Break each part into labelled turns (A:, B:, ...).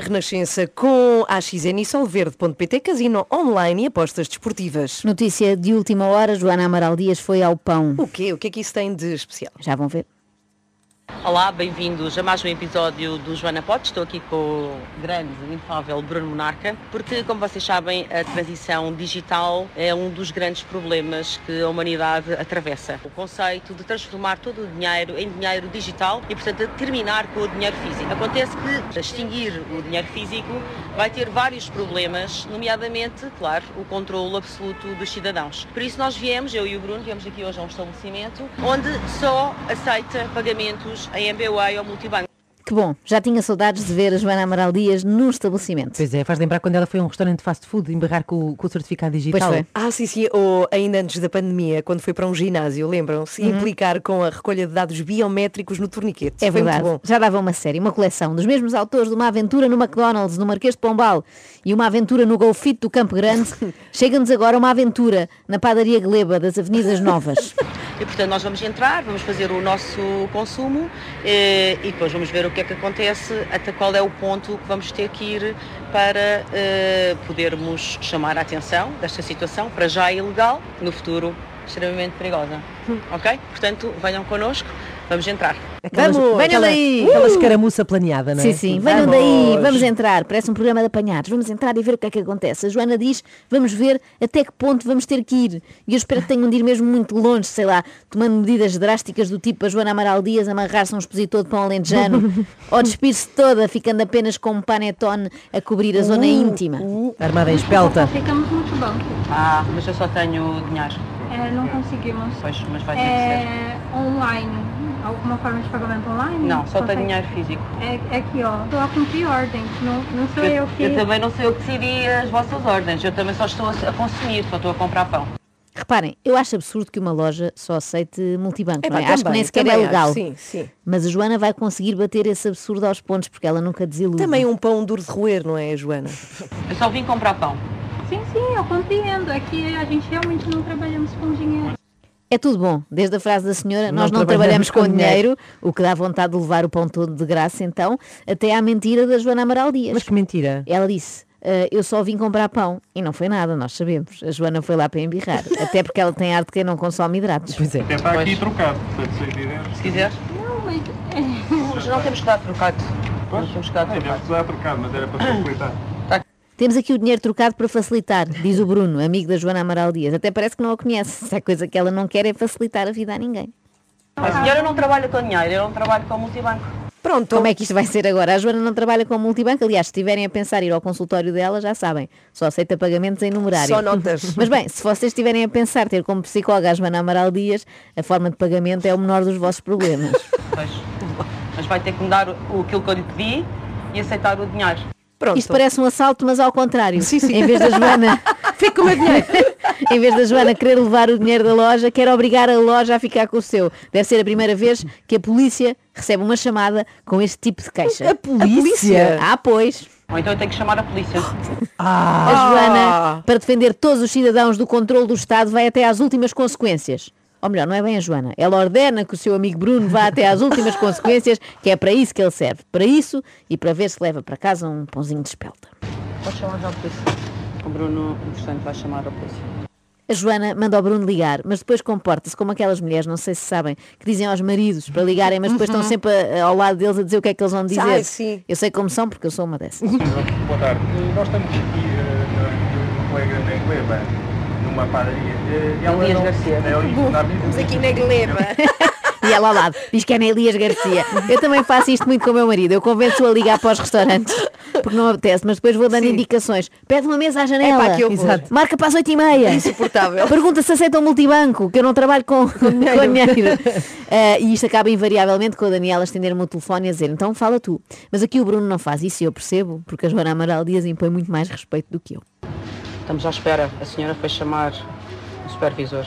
A: Renascença com a AXN e Solverde.pt, casino online e apostas desportivas.
B: Notícia de última hora, Joana Amaral Dias foi ao pão.
A: O quê? O que é que isso tem de especial?
B: Já vão ver.
C: Olá, bem-vindos a mais um episódio do Joana Potes. Estou aqui com o grande, infável Bruno Monarca, porque, como vocês sabem, a transição digital é um dos grandes problemas que a humanidade atravessa. O conceito de transformar todo o dinheiro em dinheiro digital e, portanto, terminar com o dinheiro físico. Acontece que extinguir o dinheiro físico vai ter vários problemas, nomeadamente, claro, o controle absoluto dos cidadãos. Por isso, nós viemos, eu e o Bruno, viemos aqui hoje a um estabelecimento onde só aceita pagamentos em MBWay ou multibanco.
B: Que bom, já tinha saudades de ver a Joana Amaral Dias num estabelecimento.
D: Pois é, faz lembrar quando ela foi a um restaurante de fast food embarrar com, o- com o certificado digital.
B: Pois foi.
A: Ah, sim, sim, ou ainda antes da pandemia, quando foi para um ginásio, lembram-se? Implicar com a recolha de dados biométricos no torniquete.
B: É
A: Foi muito
B: verdade.
A: bom.
B: Já dava uma série, uma coleção dos mesmos autores de uma aventura no McDonald's, no Marquês de Pombal e uma aventura no Golfito do Campo Grande. Chega-nos agora uma aventura na padaria Gleba das Avenidas Novas.
C: E, portanto, nós vamos entrar, vamos fazer o nosso consumo eh, e depois vamos ver o que é que acontece, até qual é o ponto que vamos ter que ir para eh, podermos chamar a atenção desta situação, para já é ilegal, no futuro extremamente perigosa. Ok? Portanto, venham connosco, vamos entrar.
D: Aquelas-
A: Vamos!
D: aquela,
A: Venham daí!
D: Aquela escaramuça planeada,
A: né?
D: não é?
B: Uh! Sim, sim, venham daí, vamos entrar. Parece um programa de apanhados. Vamos entrar e ver o que é que acontece. A Joana diz, vamos ver até que ponto vamos ter que ir. E eu espero que tenham de ir mesmo muito longe, sei lá, tomando medidas drásticas do tipo a Joana Amaral Dias amarrar-se a um expositor de pão alentejano ou despir-se toda, ficando apenas com um panetone a cobrir a
A: Uh,
B: zona íntima.
D: Armada em espelta.
E: Ficamos no banco.
C: Ah, mas eu só tenho dinheiro.
E: É, não conseguimos.
C: Pois, mas vai ter que ser.
E: É, online. Alguma forma de pagamento online?
C: Não, só
E: Consegue?
C: tenho dinheiro físico.
E: É, é aqui, ó. Estou a cumprir ordem. Não, não sou eu, que.
C: eu também não sei eu que decidi as vossas ordens. Eu também só estou a a consumir, só estou a comprar pão.
B: Reparem, eu acho absurdo que uma loja só aceite multibanco.
A: Epá,
B: não é? acho que
A: também,
B: nem sequer é
A: também
B: legal.
A: acho, sim, sim.
B: Mas a Joana vai conseguir bater esse absurdo aos pontos porque ela nunca desilude.
A: Também um pão duro de roer, não é, Joana?
C: Eu só vim comprar pão.
E: Sim, sim, eu compreendo. É que a gente realmente não trabalhamos com dinheiro.
B: É tudo bom, desde a frase da senhora,
D: Não
B: nós não trabalhamos,
D: trabalhamos
B: com,
D: com
B: dinheiro, o que dá vontade de levar o pão todo de graça, então, até à mentira da Joana Amaral Dias.
D: Mas que mentira.
B: Ela disse, "Ah, eu só vim comprar pão, e não foi nada, nós sabemos. A Joana foi lá para embirrar, até porque ela tem ar de quem não consome hidratos.
D: Pois é.
F: Até está aqui trocado, portanto, se quiser.
C: Se quiser.
E: Não, mas. é,
C: Mas não temos que dar trocado. Nós temos que dar
F: É, já
C: trocado.
F: precisava trocado, mas era para facilitar.
B: Temos aqui o dinheiro trocado para facilitar, diz o Bruno, amigo da Joana Amaral Dias. Até parece que não a conhece, se a coisa que ela não quer é facilitar a vida a ninguém.
C: A senhora não trabalha com dinheiro, eu não trabalho com multibanco.
A: Pronto,
D: Então-
B: Como é que isto vai ser agora? A Joana não trabalha com multibanco, aliás, se estiverem a pensar em ir ao consultório dela, já sabem, só aceita pagamentos em numerário.
A: só notas.
B: Mas bem, se vocês estiverem a pensar ter como psicóloga a Joana Amaral Dias, a forma de pagamento é o menor dos vossos problemas.
C: Pois. Mas vai ter que me dar o, aquilo que eu lhe pedi e aceitar o dinheiro.
A: Pronto.
B: Isto parece um assalto, mas ao contrário.
A: Sim, sim.
B: Em vez da Joana. Fica com o meu dinheiro. em vez da Joana querer levar o dinheiro da loja, quer obrigar a loja a ficar com o seu. Deve ser a primeira vez que a polícia recebe uma chamada com este tipo de queixa.
A: A polícia?
B: Ah, pois.
C: Ou então eu tenho que chamar a polícia.
D: Ah,
B: A Joana,
A: Ah.
B: para defender todos os cidadãos do controle do Estado, vai até às últimas consequências. Ou melhor, não é bem a Joana. Ela ordena que o seu amigo Bruno vá até às últimas consequências, que é para isso que ele serve. Para isso e para ver se leva para casa um pãozinho de espelta.
C: Pode chamar já a polícia. O Bruno, entretanto, vai chamar a polícia.
B: A Joana manda ao Bruno ligar, mas depois comporta-se como aquelas mulheres, não sei se sabem, que dizem aos maridos para ligarem, mas depois estão sempre a- a- ao lado deles a dizer o que é que eles vão dizer.
A: Uhum. Ai, sim.
B: Eu sei como são, porque eu sou uma dessas.
F: Boa tarde. Eh, Nós estamos aqui, eh, na- um colega da Gleba, numa padaria. Eh, Ela
C: Elias
F: não-
C: Garcia.
F: É, isso, na-
A: Estamos aqui na Gleba.
B: E ela ao lado, diz que é na Elias Garcia. Eu também faço isto muito com o meu marido. Eu convenço-o a ligar para os restaurantes, porque não apetece, mas depois vou dando indicações. Pede uma mesa à janela.
A: Epá, que horror.
B: Exato. Marca para as oito e meia.
A: É Insuportável.
B: Pergunta se aceitam multibanco, que eu não trabalho com, com dinheiro. Eh, e isto acaba invariavelmente com a Daniela estender-me o telefone e a dizer, então fala tu. Mas aqui o Bruno não faz isso e eu percebo, porque a Joana Amaral Dias impõe muito mais respeito do que eu.
C: Estamos à espera. A senhora foi chamar o supervisor.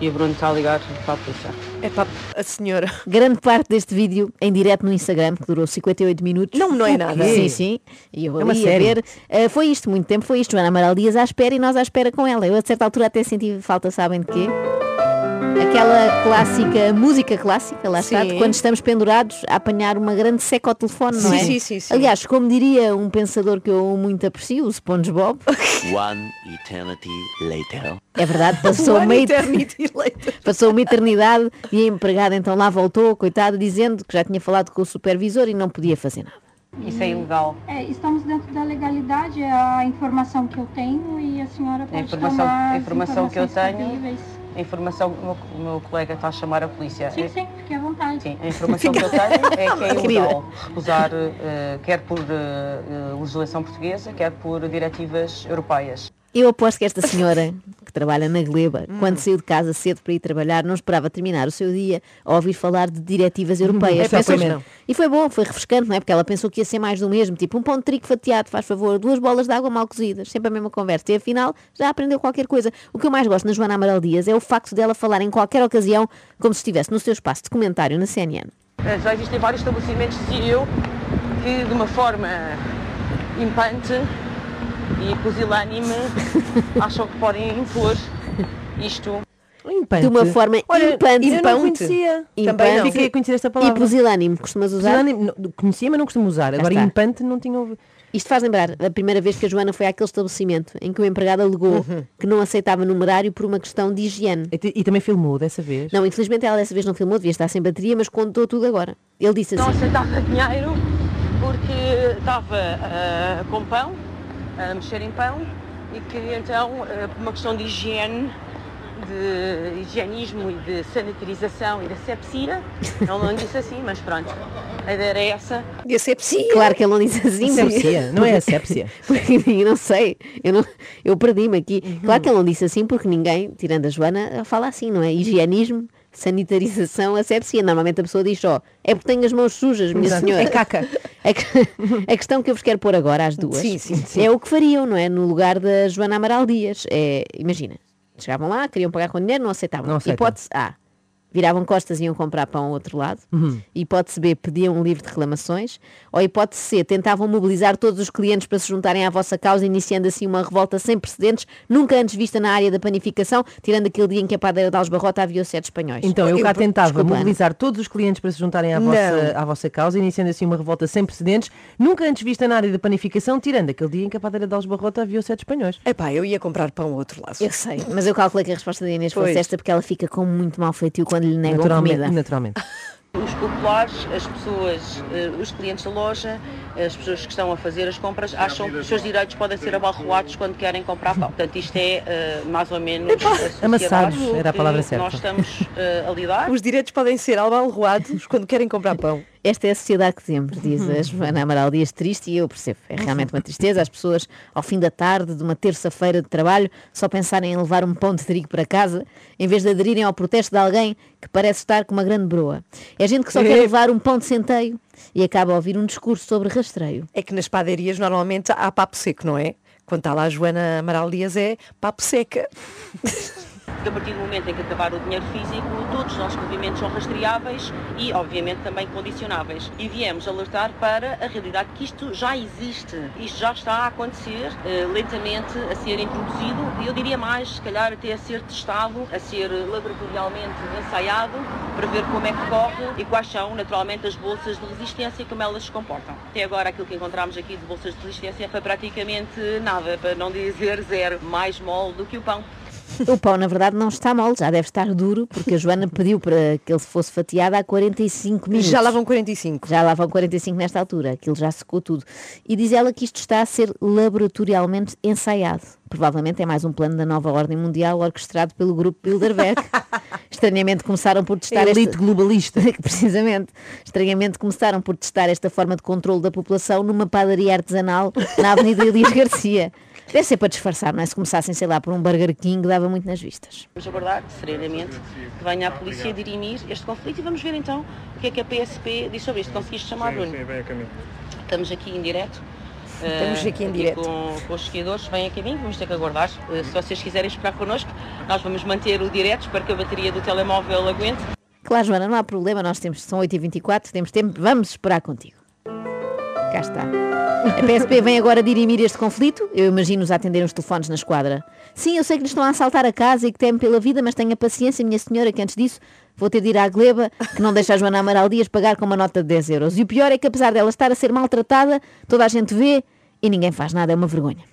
C: E o Bruno está a ligar para a polícia.
A: É pá, a senhora.
B: Grande parte deste vídeo em direto no Instagram, que durou 58 minutos.
A: Não, não é nada.
B: Sim, sim. E eu
D: É uma
B: ali a
D: série.
B: ver. Ah, foi isto, muito tempo foi isto. Joana Amaral Dias à espera e nós à espera com ela. Eu a certa altura até senti falta, sabem de quê? Aquela clássica, música clássica, lá está, de
A: Sim.
B: quando estamos pendurados a apanhar uma grande seca ao telefone, não
A: Sim,
B: é?
A: sim, sim, sim.
B: Aliás, como diria um pensador que eu muito aprecio, o SpongeBob,
G: One eternity later.
B: é verdade, passou
A: One
B: uma, et-
A: eternity later.
B: passou uma eternidade e a empregada então lá voltou, coitada, dizendo que já tinha falado com o supervisor e não podia fazer nada.
C: Isso é ilegal.
E: É, estamos dentro da legalidade, é a informação que eu tenho e a senhora pode
C: informação-
E: tomar
C: a
E: as
C: informação que eu
E: informações
C: tenho.
E: cabíveis.
C: A informação, o meu, o meu colega está a chamar a polícia.
E: Sim,
C: É-
E: sim, fique à vontade.
C: Sim, a informação que eu tenho é que é
A: Querida.
C: ilegal recusar, eh, quer por eh, eh, legislação portuguesa, quer por diretivas europeias.
B: Eu aposto que esta senhora, que trabalha na Gleba,
A: Hum.
B: quando saiu de casa cedo para ir trabalhar, não esperava terminar o seu dia a ouvir falar de diretivas europeias.
A: É,
B: Pensou-
A: pois não.
B: E foi bom, foi refrescante, não é? Porque ela pensou que ia ser mais do mesmo, tipo um pão de trigo fatiado, faz favor, duas bolas de água mal cozidas, sempre a mesma conversa. E afinal, já aprendeu qualquer coisa. O que eu mais gosto na Joana Amaral Dias é o facto dela falar em qualquer ocasião, como se estivesse no seu espaço de comentário na CNN.
C: Eh, Já existem vários estabelecimentos de CEO que, de uma forma impante e pusilânime, acham que podem impor isto.
D: Impante.
B: De uma forma
A: Olha,
B: impante.
A: eu não conhecia. Também
B: Impante.
A: não.
D: Fiquei a conhecer esta
B: E
D: palavra.
B: pusilânime, costumas usar?
D: Pusilânime, não- Conhecia, mas não costumo usar. Agora,
B: está.
D: impante não tinha ouvido.
B: Isto faz lembrar a primeira vez que a Joana foi àquele estabelecimento em que o empregado alegou
D: Uhum.
B: que não aceitava numerário por uma questão de higiene.
D: E, t- e também filmou dessa vez.
B: Não, infelizmente ela dessa vez não filmou, devia estar sem bateria, mas contou tudo agora. Ele disse
C: Não
B: assim,
C: aceitava dinheiro porque estava ah, com pão, a mexer em pão, e que então, ah, por uma questão de higiene, de higienismo e de sanitarização e da sepsia, ele não disse assim, mas pronto, a ideia era essa.
A: E a sepsia.
B: claro que ele não disse assim,
D: Sepsia, não é a sepsia.
B: porque eu não sei, eu, não- eu perdi-me aqui.
D: Uhum.
B: Claro que ele não disse assim porque ninguém, tirando a Joana, fala assim, não é?
D: Uhum.
B: Higienismo, sanitarização, asepsia. Normalmente a pessoa diz só, é porque tenho as mãos sujas, minha
D: Exato.
B: senhora.
D: É caca.
B: A, que- a questão que eu vos quero pôr agora às duas
A: Sim, sim,
B: é o que fariam, não é? No lugar da Joana Amaral Dias. É, imagina, chegavam lá, queriam pagar com dinheiro, não aceitavam.
D: Não aceitam.
B: Hipótese A. Viravam costas e iam comprar pão ao outro lado.
D: Uhum.
B: Hipótese B, pediam um livro de reclamações. Ou hipótese C, tentavam mobilizar todos os clientes para se juntarem à vossa causa, iniciando assim uma revolta sem precedentes, nunca antes vista na área da panificação, tirando aquele dia em que a padeira de Alves Barrota havia sete espanhóis.
D: Então, eu
A: Eu
D: cá
A: vou-
D: tentava
B: desculpa, Ana.
D: mobilizar todos os clientes para se juntarem à
A: Não.
D: vossa, à vossa causa, iniciando assim uma revolta sem precedentes, nunca antes vista na área da panificação, tirando aquele dia em que a padeira de Alves Barrota viu sete espanhóis.
A: Epá, eu ia comprar pão ao outro lado.
B: Eu sei, mas eu calculei que a resposta da Inês fosse
A: Pois.
B: esta porque ela fica com muito mal feitio quando lhe negam
D: Naturalmente.
B: comida.
D: naturalmente.
C: Os populares, as pessoas, eh, os clientes da loja, as pessoas que estão a fazer as compras, acham que os seus direitos podem ser abalroados quando querem comprar pão. Portanto, isto é eh, mais ou menos a sociedade
D: Amassados, era a
C: que
D: palavra certa.
C: nós estamos eh, a lidar.
A: Os direitos podem ser albalroados quando querem comprar pão.
B: Esta é a sociedade que temos, diz a Joana Amaral Dias, triste e eu percebo. É realmente uma tristeza as pessoas, ao fim da tarde, de uma terça-feira de trabalho, só pensarem em levar um pão de trigo para casa, em vez de aderirem ao protesto de alguém que parece estar com uma grande broa. É gente que só quer levar um pão de centeio e acaba a ouvir um discurso sobre rastreio.
A: É que nas padarias normalmente há papo seco, não é? Quando está lá a Joana Amaral Dias é papo seca.
C: Porque a partir do momento em que acabar o dinheiro físico, todos os nossos movimentos são rastreáveis e, obviamente, também condicionáveis. E viemos alertar para a realidade que isto já existe, isto já está a acontecer, eh, lentamente a ser introduzido e eu diria mais, se calhar até a ser testado, a ser laboratorialmente ensaiado para ver como é que corre e quais são, naturalmente, as bolsas de resistência e como elas se comportam. Até agora, aquilo que encontramos aqui de bolsas de resistência foi praticamente nada, para não dizer zero, mais mole do que o pão.
B: O pão, na verdade, não está mole, já deve estar duro, porque a Joana pediu para que ele fosse fatiado há 45 minutos.
A: Já lá vão 45.
B: Já lá vão 45 nesta altura, aquilo já secou tudo. E diz ela que isto está a ser laboratorialmente ensaiado. Provavelmente é mais um plano da nova ordem mundial orquestrado pelo grupo Bilderberg. Estranhamente começaram por testar
D: Elite
B: esta... globalista. Precisamente. Estranhamente começaram por testar esta forma de controle da população numa padaria artesanal na Avenida Elias Garcia. Deve ser para disfarçar, não é? Se começassem, sei lá, por um Burger King, dava muito nas vistas.
C: Vamos abordar serenamente que venha a polícia dirimir este conflito e vamos ver então o que é que a PSP diz sobre isto. Conseguiste chamar, Bruno?
F: Sim, vem a caminho.
C: Estamos aqui em direto.
A: Estamos
C: eh,
A: aqui em direto.
C: Com, com os seguidores, vêm aqui a mim, vamos ter que aguardar. Eh, se vocês quiserem esperar connosco, nós vamos manter o direto, espero que a bateria do telemóvel aguente.
B: Claro, Joana, não há problema, nós temos, são 8h24, temos tempo, vamos esperar contigo. Cá está. A PSP vem agora dirimir este conflito. Eu imagino-os a atender os telefones na esquadra. Sim, eu sei que lhes estão a assaltar a casa e que temem pela vida, mas tenha paciência, minha senhora, que antes disso vou ter de ir à Gleba, que não deixa a Joana Amaral Dias pagar com uma nota de 10 euros. E o pior é que apesar dela estar a ser maltratada, toda a gente vê e ninguém faz nada. É uma vergonha.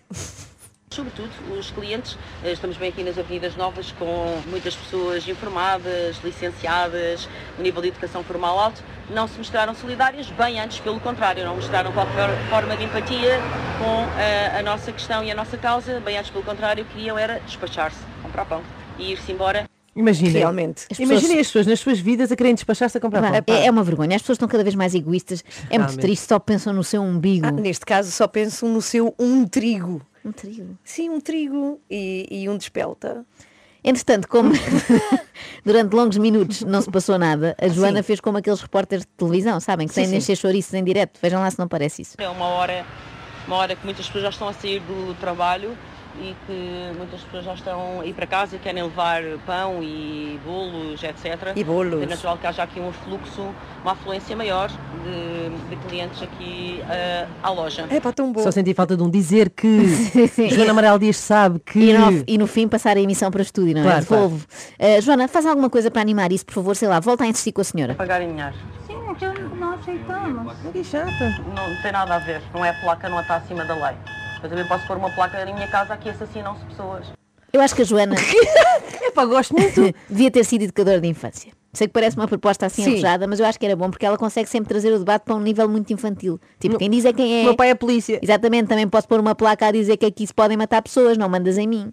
C: Sobretudo os clientes, eh, estamos bem aqui nas Avenidas Novas com muitas pessoas informadas, licenciadas, um nível de educação formal alto, não se mostraram solidárias, bem antes, pelo contrário, não mostraram qualquer forma de empatia com eh, a nossa questão e a nossa causa, bem antes, pelo contrário, queriam era despachar-se, comprar pão e ir-se embora
D: Imaginem.
A: Realmente.
B: As
D: Imaginem
B: pessoas-
D: as pessoas nas suas vidas a querem despachar-se a comprar
B: Pá,
D: pão.
B: é, é uma vergonha. As pessoas estão cada vez mais egoístas. É muito
D: Realmente.
B: triste, só pensam no seu umbigo.
A: Ah, neste caso só penso no seu um trigo.
B: Um trio.
A: Sim, um trigo e, e um despelta.
B: Entretanto, como durante longos minutos não se passou nada,
D: Ah,
B: a Joana fez como aqueles repórteres de televisão, sabem, que têm de encher chouriços em direto. Vejam lá se não parece isso.
C: É uma hora, uma hora que muitas pessoas já estão a sair do trabalho e que muitas pessoas já estão a ir para casa e querem levar pão e bolos, etc.
A: E bolos.
C: É natural que haja aqui um fluxo, uma afluência maior de, de clientes aqui eh, à loja.
A: É pá, tão bom.
D: Só senti falta de um dizer que
B: sim.
D: Joana Amaral Dias sabe que.
B: E no, e no fim passar a emissão para estúdio, não é?
D: Claro,
B: Devolvo. Eh, Joana, faz alguma coisa para animar isso, por favor, sei lá, volta a insistir com a senhora.
C: Pagar em dinheiro.
E: Sim, é que eu- não aceitamos.
D: Que chata.
C: Não tem nada a ver. Não é a placa, não está acima da lei. Eu também posso pôr uma placa na minha casa que assassinam-se pessoas.
B: Eu acho que a Joana eh,
D: É pá, gosto muito.
B: devia ter sido educadora de infância. Sei que parece uma proposta assim
A: Sim.
B: arrojada, mas eu acho que era bom porque ela consegue sempre trazer o debate para um nível muito infantil. Tipo, quem diz é quem é.
D: Meu pai é polícia.
B: Exatamente, também posso pôr uma placa a dizer que aqui se podem matar pessoas, não mandas em mim.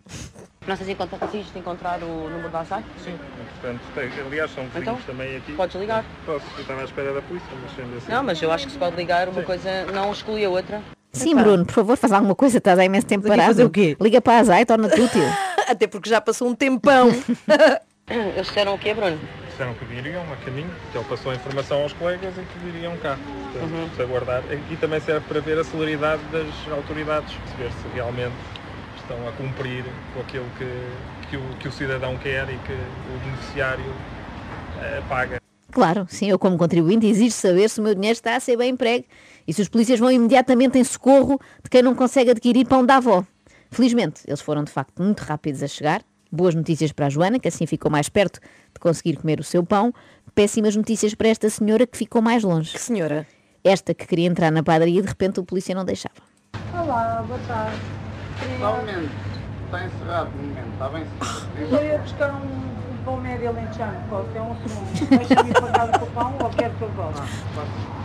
C: Não sei se encontra- conseguiste encontrar o número da ASAI.
F: Sim, portanto, tem- aliás, são vizinhos
C: Então,
F: também aqui.
C: podes ligar.
F: Posso, eu estava à espera da polícia, mas sendo assim.
C: Não, mas eu acho que se pode ligar, uma coisa não exclui a outra.
B: Sim, Bruno, por favor, faz alguma coisa, estás há imenso tempo
D: Mas aqui
B: parado.
D: fazer o quê?
B: Liga para a Azai, torna-te útil.
A: Até porque já passou um tempão.
C: Eles disseram o quê, Bruno?
F: Disseram que viriam a caminho, que ele passou a informação aos colegas e que viriam cá. Portanto, se aguardar. E também serve para ver a celeridade das autoridades, perceber se realmente estão a cumprir com aquilo que, que, o, que o cidadão quer e que o beneficiário eh, paga.
B: Claro, sim, eu como contribuinte exijo saber se o meu dinheiro está a ser bem emprego e se os polícias vão imediatamente em socorro de quem não consegue adquirir pão da avó. Felizmente, eles foram de facto muito rápidos a chegar. Boas notícias para a Joana, que assim ficou mais perto de conseguir comer o seu pão. Péssimas notícias para esta senhora que ficou mais longe.
A: Que senhora.
B: Esta que queria entrar na padaria e de repente o polícia não deixava.
E: Olá, boa tarde. Queria-
H: Está Tá encerrado no momento, está bem
E: Eu ia buscar um, um pão médio alentejano, posso? É um segundo. Deixa-me pagar com o pão ou quero que eu
C: Ah,
E: volte?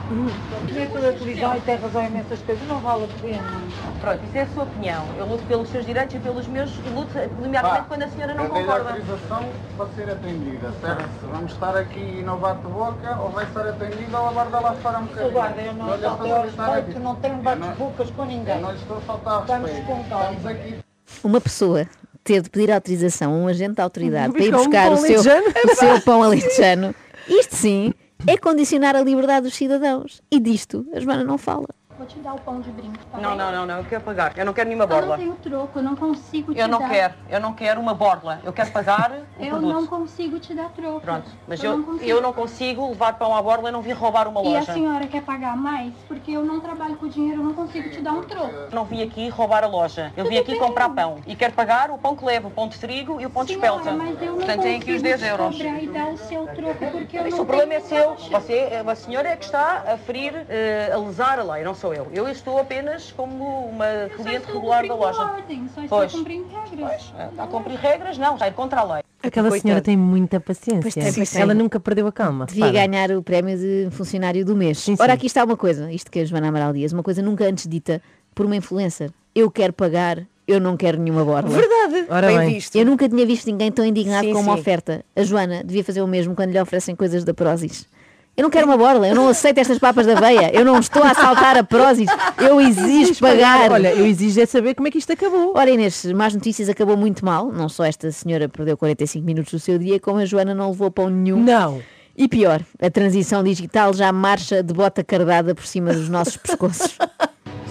E: Comer é pela televisão e tem razão imensas coisas, não vale a pena.
C: Pronto, isso é a sua opinião. Eu luto pelos seus direitos e pelos meus e luto, eh, nomeadamente, quando a senhora não
H: eu dei-lhe
C: concorda.
H: autorização para ser atendida, certo? Se Vamos estar aqui e não bate boca, ou vai ser atendida ou aguarda lá fora um bocadinho.
E: Guarda, é eu não
H: lhe estou
E: faltei
H: a
E: ao
H: faltar a
E: respeito,
H: respeito.
E: não tenho
H: Eu não-
E: bate-bocas com ninguém.
H: Eu não lhe estou a faltar a
E: Estamos
H: respeito.
E: com calma.
H: Estamos aqui
B: uma pessoa ter de pedir autorização a um agente da autoridade para ir
D: Buscar
B: buscar
D: um pão
B: o, seu,
D: alentejano.
B: o seu pão alentejano, isto sim é condicionar a liberdade dos cidadãos. E disto a Joana não fala.
E: Vou te dar o pão de brinco, tá
C: Não,
E: bem?
C: não, não, não, eu quero pagar. Eu não quero nenhuma
E: Eu não
C: borla.
E: tenho troco, eu não consigo te
C: Eu não
E: dar.
C: quero, eu não quero uma borla. Eu quero pagar o
E: Eu não
C: produto.
E: consigo te dar troco.
C: Pronto, mas
E: eu,
C: eu,
E: consigo.
C: eu não consigo levar pão à borla e não vir roubar uma
E: E assim- a
C: loja.
E: senhora quer pagar mais? Porque eu não trabalho com dinheiro, eu não consigo te dar um troco.
C: Eu Não vim aqui roubar a loja. Eu vim aqui comprar pão. E quero pagar o pão que levo, o pão de trigo e o pão de espelta.
E: Senhora, mas eu não
C: Portanto, tem aqui os
E: consigo
C: 10
E: te
C: euros.
E: cobrar e dar o seu troco, porque eu
C: Isso,
E: não
C: o problema é
E: tenho
C: seu.
E: caixa.
C: Você, a senhora é que está a ferir, eh, a lesar a lei, não sou eu. Eu estou apenas como uma
E: Eu só
C: cliente
E: estou
C: regular da
E: cumprindo
C: loja.
E: ordem, só estou
C: Pois. é,
E: cumprindo regras.
C: Está a cumprir regras? Não, está a ir contra a lei.
D: Aquela
A: Coitada.
D: senhora tem muita paciência.
B: é Pois tem, pois tem.
D: Ela nunca perdeu a calma.
B: Devia
D: repara.
B: ganhar o prémio de funcionário do mês.
D: Sim,
B: Ora,
D: sim.
B: aqui está uma coisa, isto que é a Joana Amaral Dias, uma coisa nunca antes dita por uma influencer. Eu quero pagar, eu não quero nenhuma borla.
A: Verdade.
D: Ora
A: bem,
D: bem.
A: visto.
B: Eu nunca tinha visto ninguém tão indignado
A: Sim,
B: com uma
A: sim.
B: oferta. A Joana devia fazer o mesmo quando lhe oferecem coisas da Prozis. Eu não quero uma borla, eu não aceito estas papas da veia, eu não estou a assaltar a Prozis, eu exijo pagar.
D: Olha, eu exijo é saber como é que isto acabou.
B: Ora Inês, mais notícias acabou muito mal. Não só esta senhora perdeu 45 minutos do seu dia, como a Joana não levou pão nenhum.
D: Não.
B: E pior, a transição digital já marcha de bota cardada por cima dos nossos pescoços.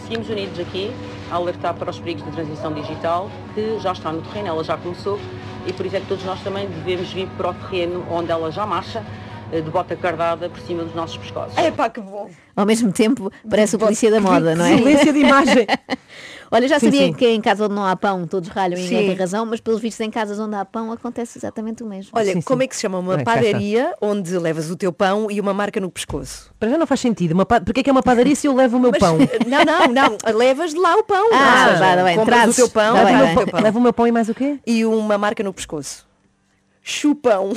C: Seguimos unidos aqui a alertar para os perigos da transição digital que já está no terreno, ela já começou e por isso é que todos nós também devemos vir para o terreno onde ela já marcha eh, de bota cardada por cima dos nossos pescoços.
A: É pá, que bom.
B: Ao mesmo tempo, parece o polícia da moda, não é?
D: Silêncio de imagem.
B: Olha, já
D: Sim,
B: sabia
D: sim.
B: que em casa onde não há pão todos ralham e ninguém
A: Sim.
B: tem razão, mas pelos vistos em casas onde há pão acontece exatamente o mesmo.
A: Olha,
D: Sim,
A: como
D: sim.
A: é que se chama
D: Olha,
A: uma
D: cá está.
A: padaria onde levas o teu pão e uma marca no pescoço?
D: Para já não faz sentido. Uma pa... Porque é que é uma padaria se eu levo o meu pão?
A: Não, não, não. Levas de lá o pão.
B: Ah,
A: Ou seja,
B: vá, tá bem,
A: compras
B: trazes.
A: o teu pão,
B: Tá bem,
A: levas
B: tá
A: o teu
B: bem.
A: pão.
D: Levo o meu pão e mais o quê?
A: e uma marca no pescoço. Chupão.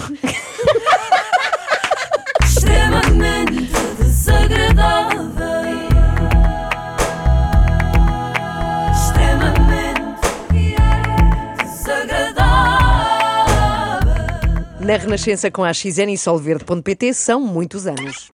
I: extremamente desagradável. Extremamente desagradável.
A: Na Renascença com a XN e Solverde.pt são muitos anos.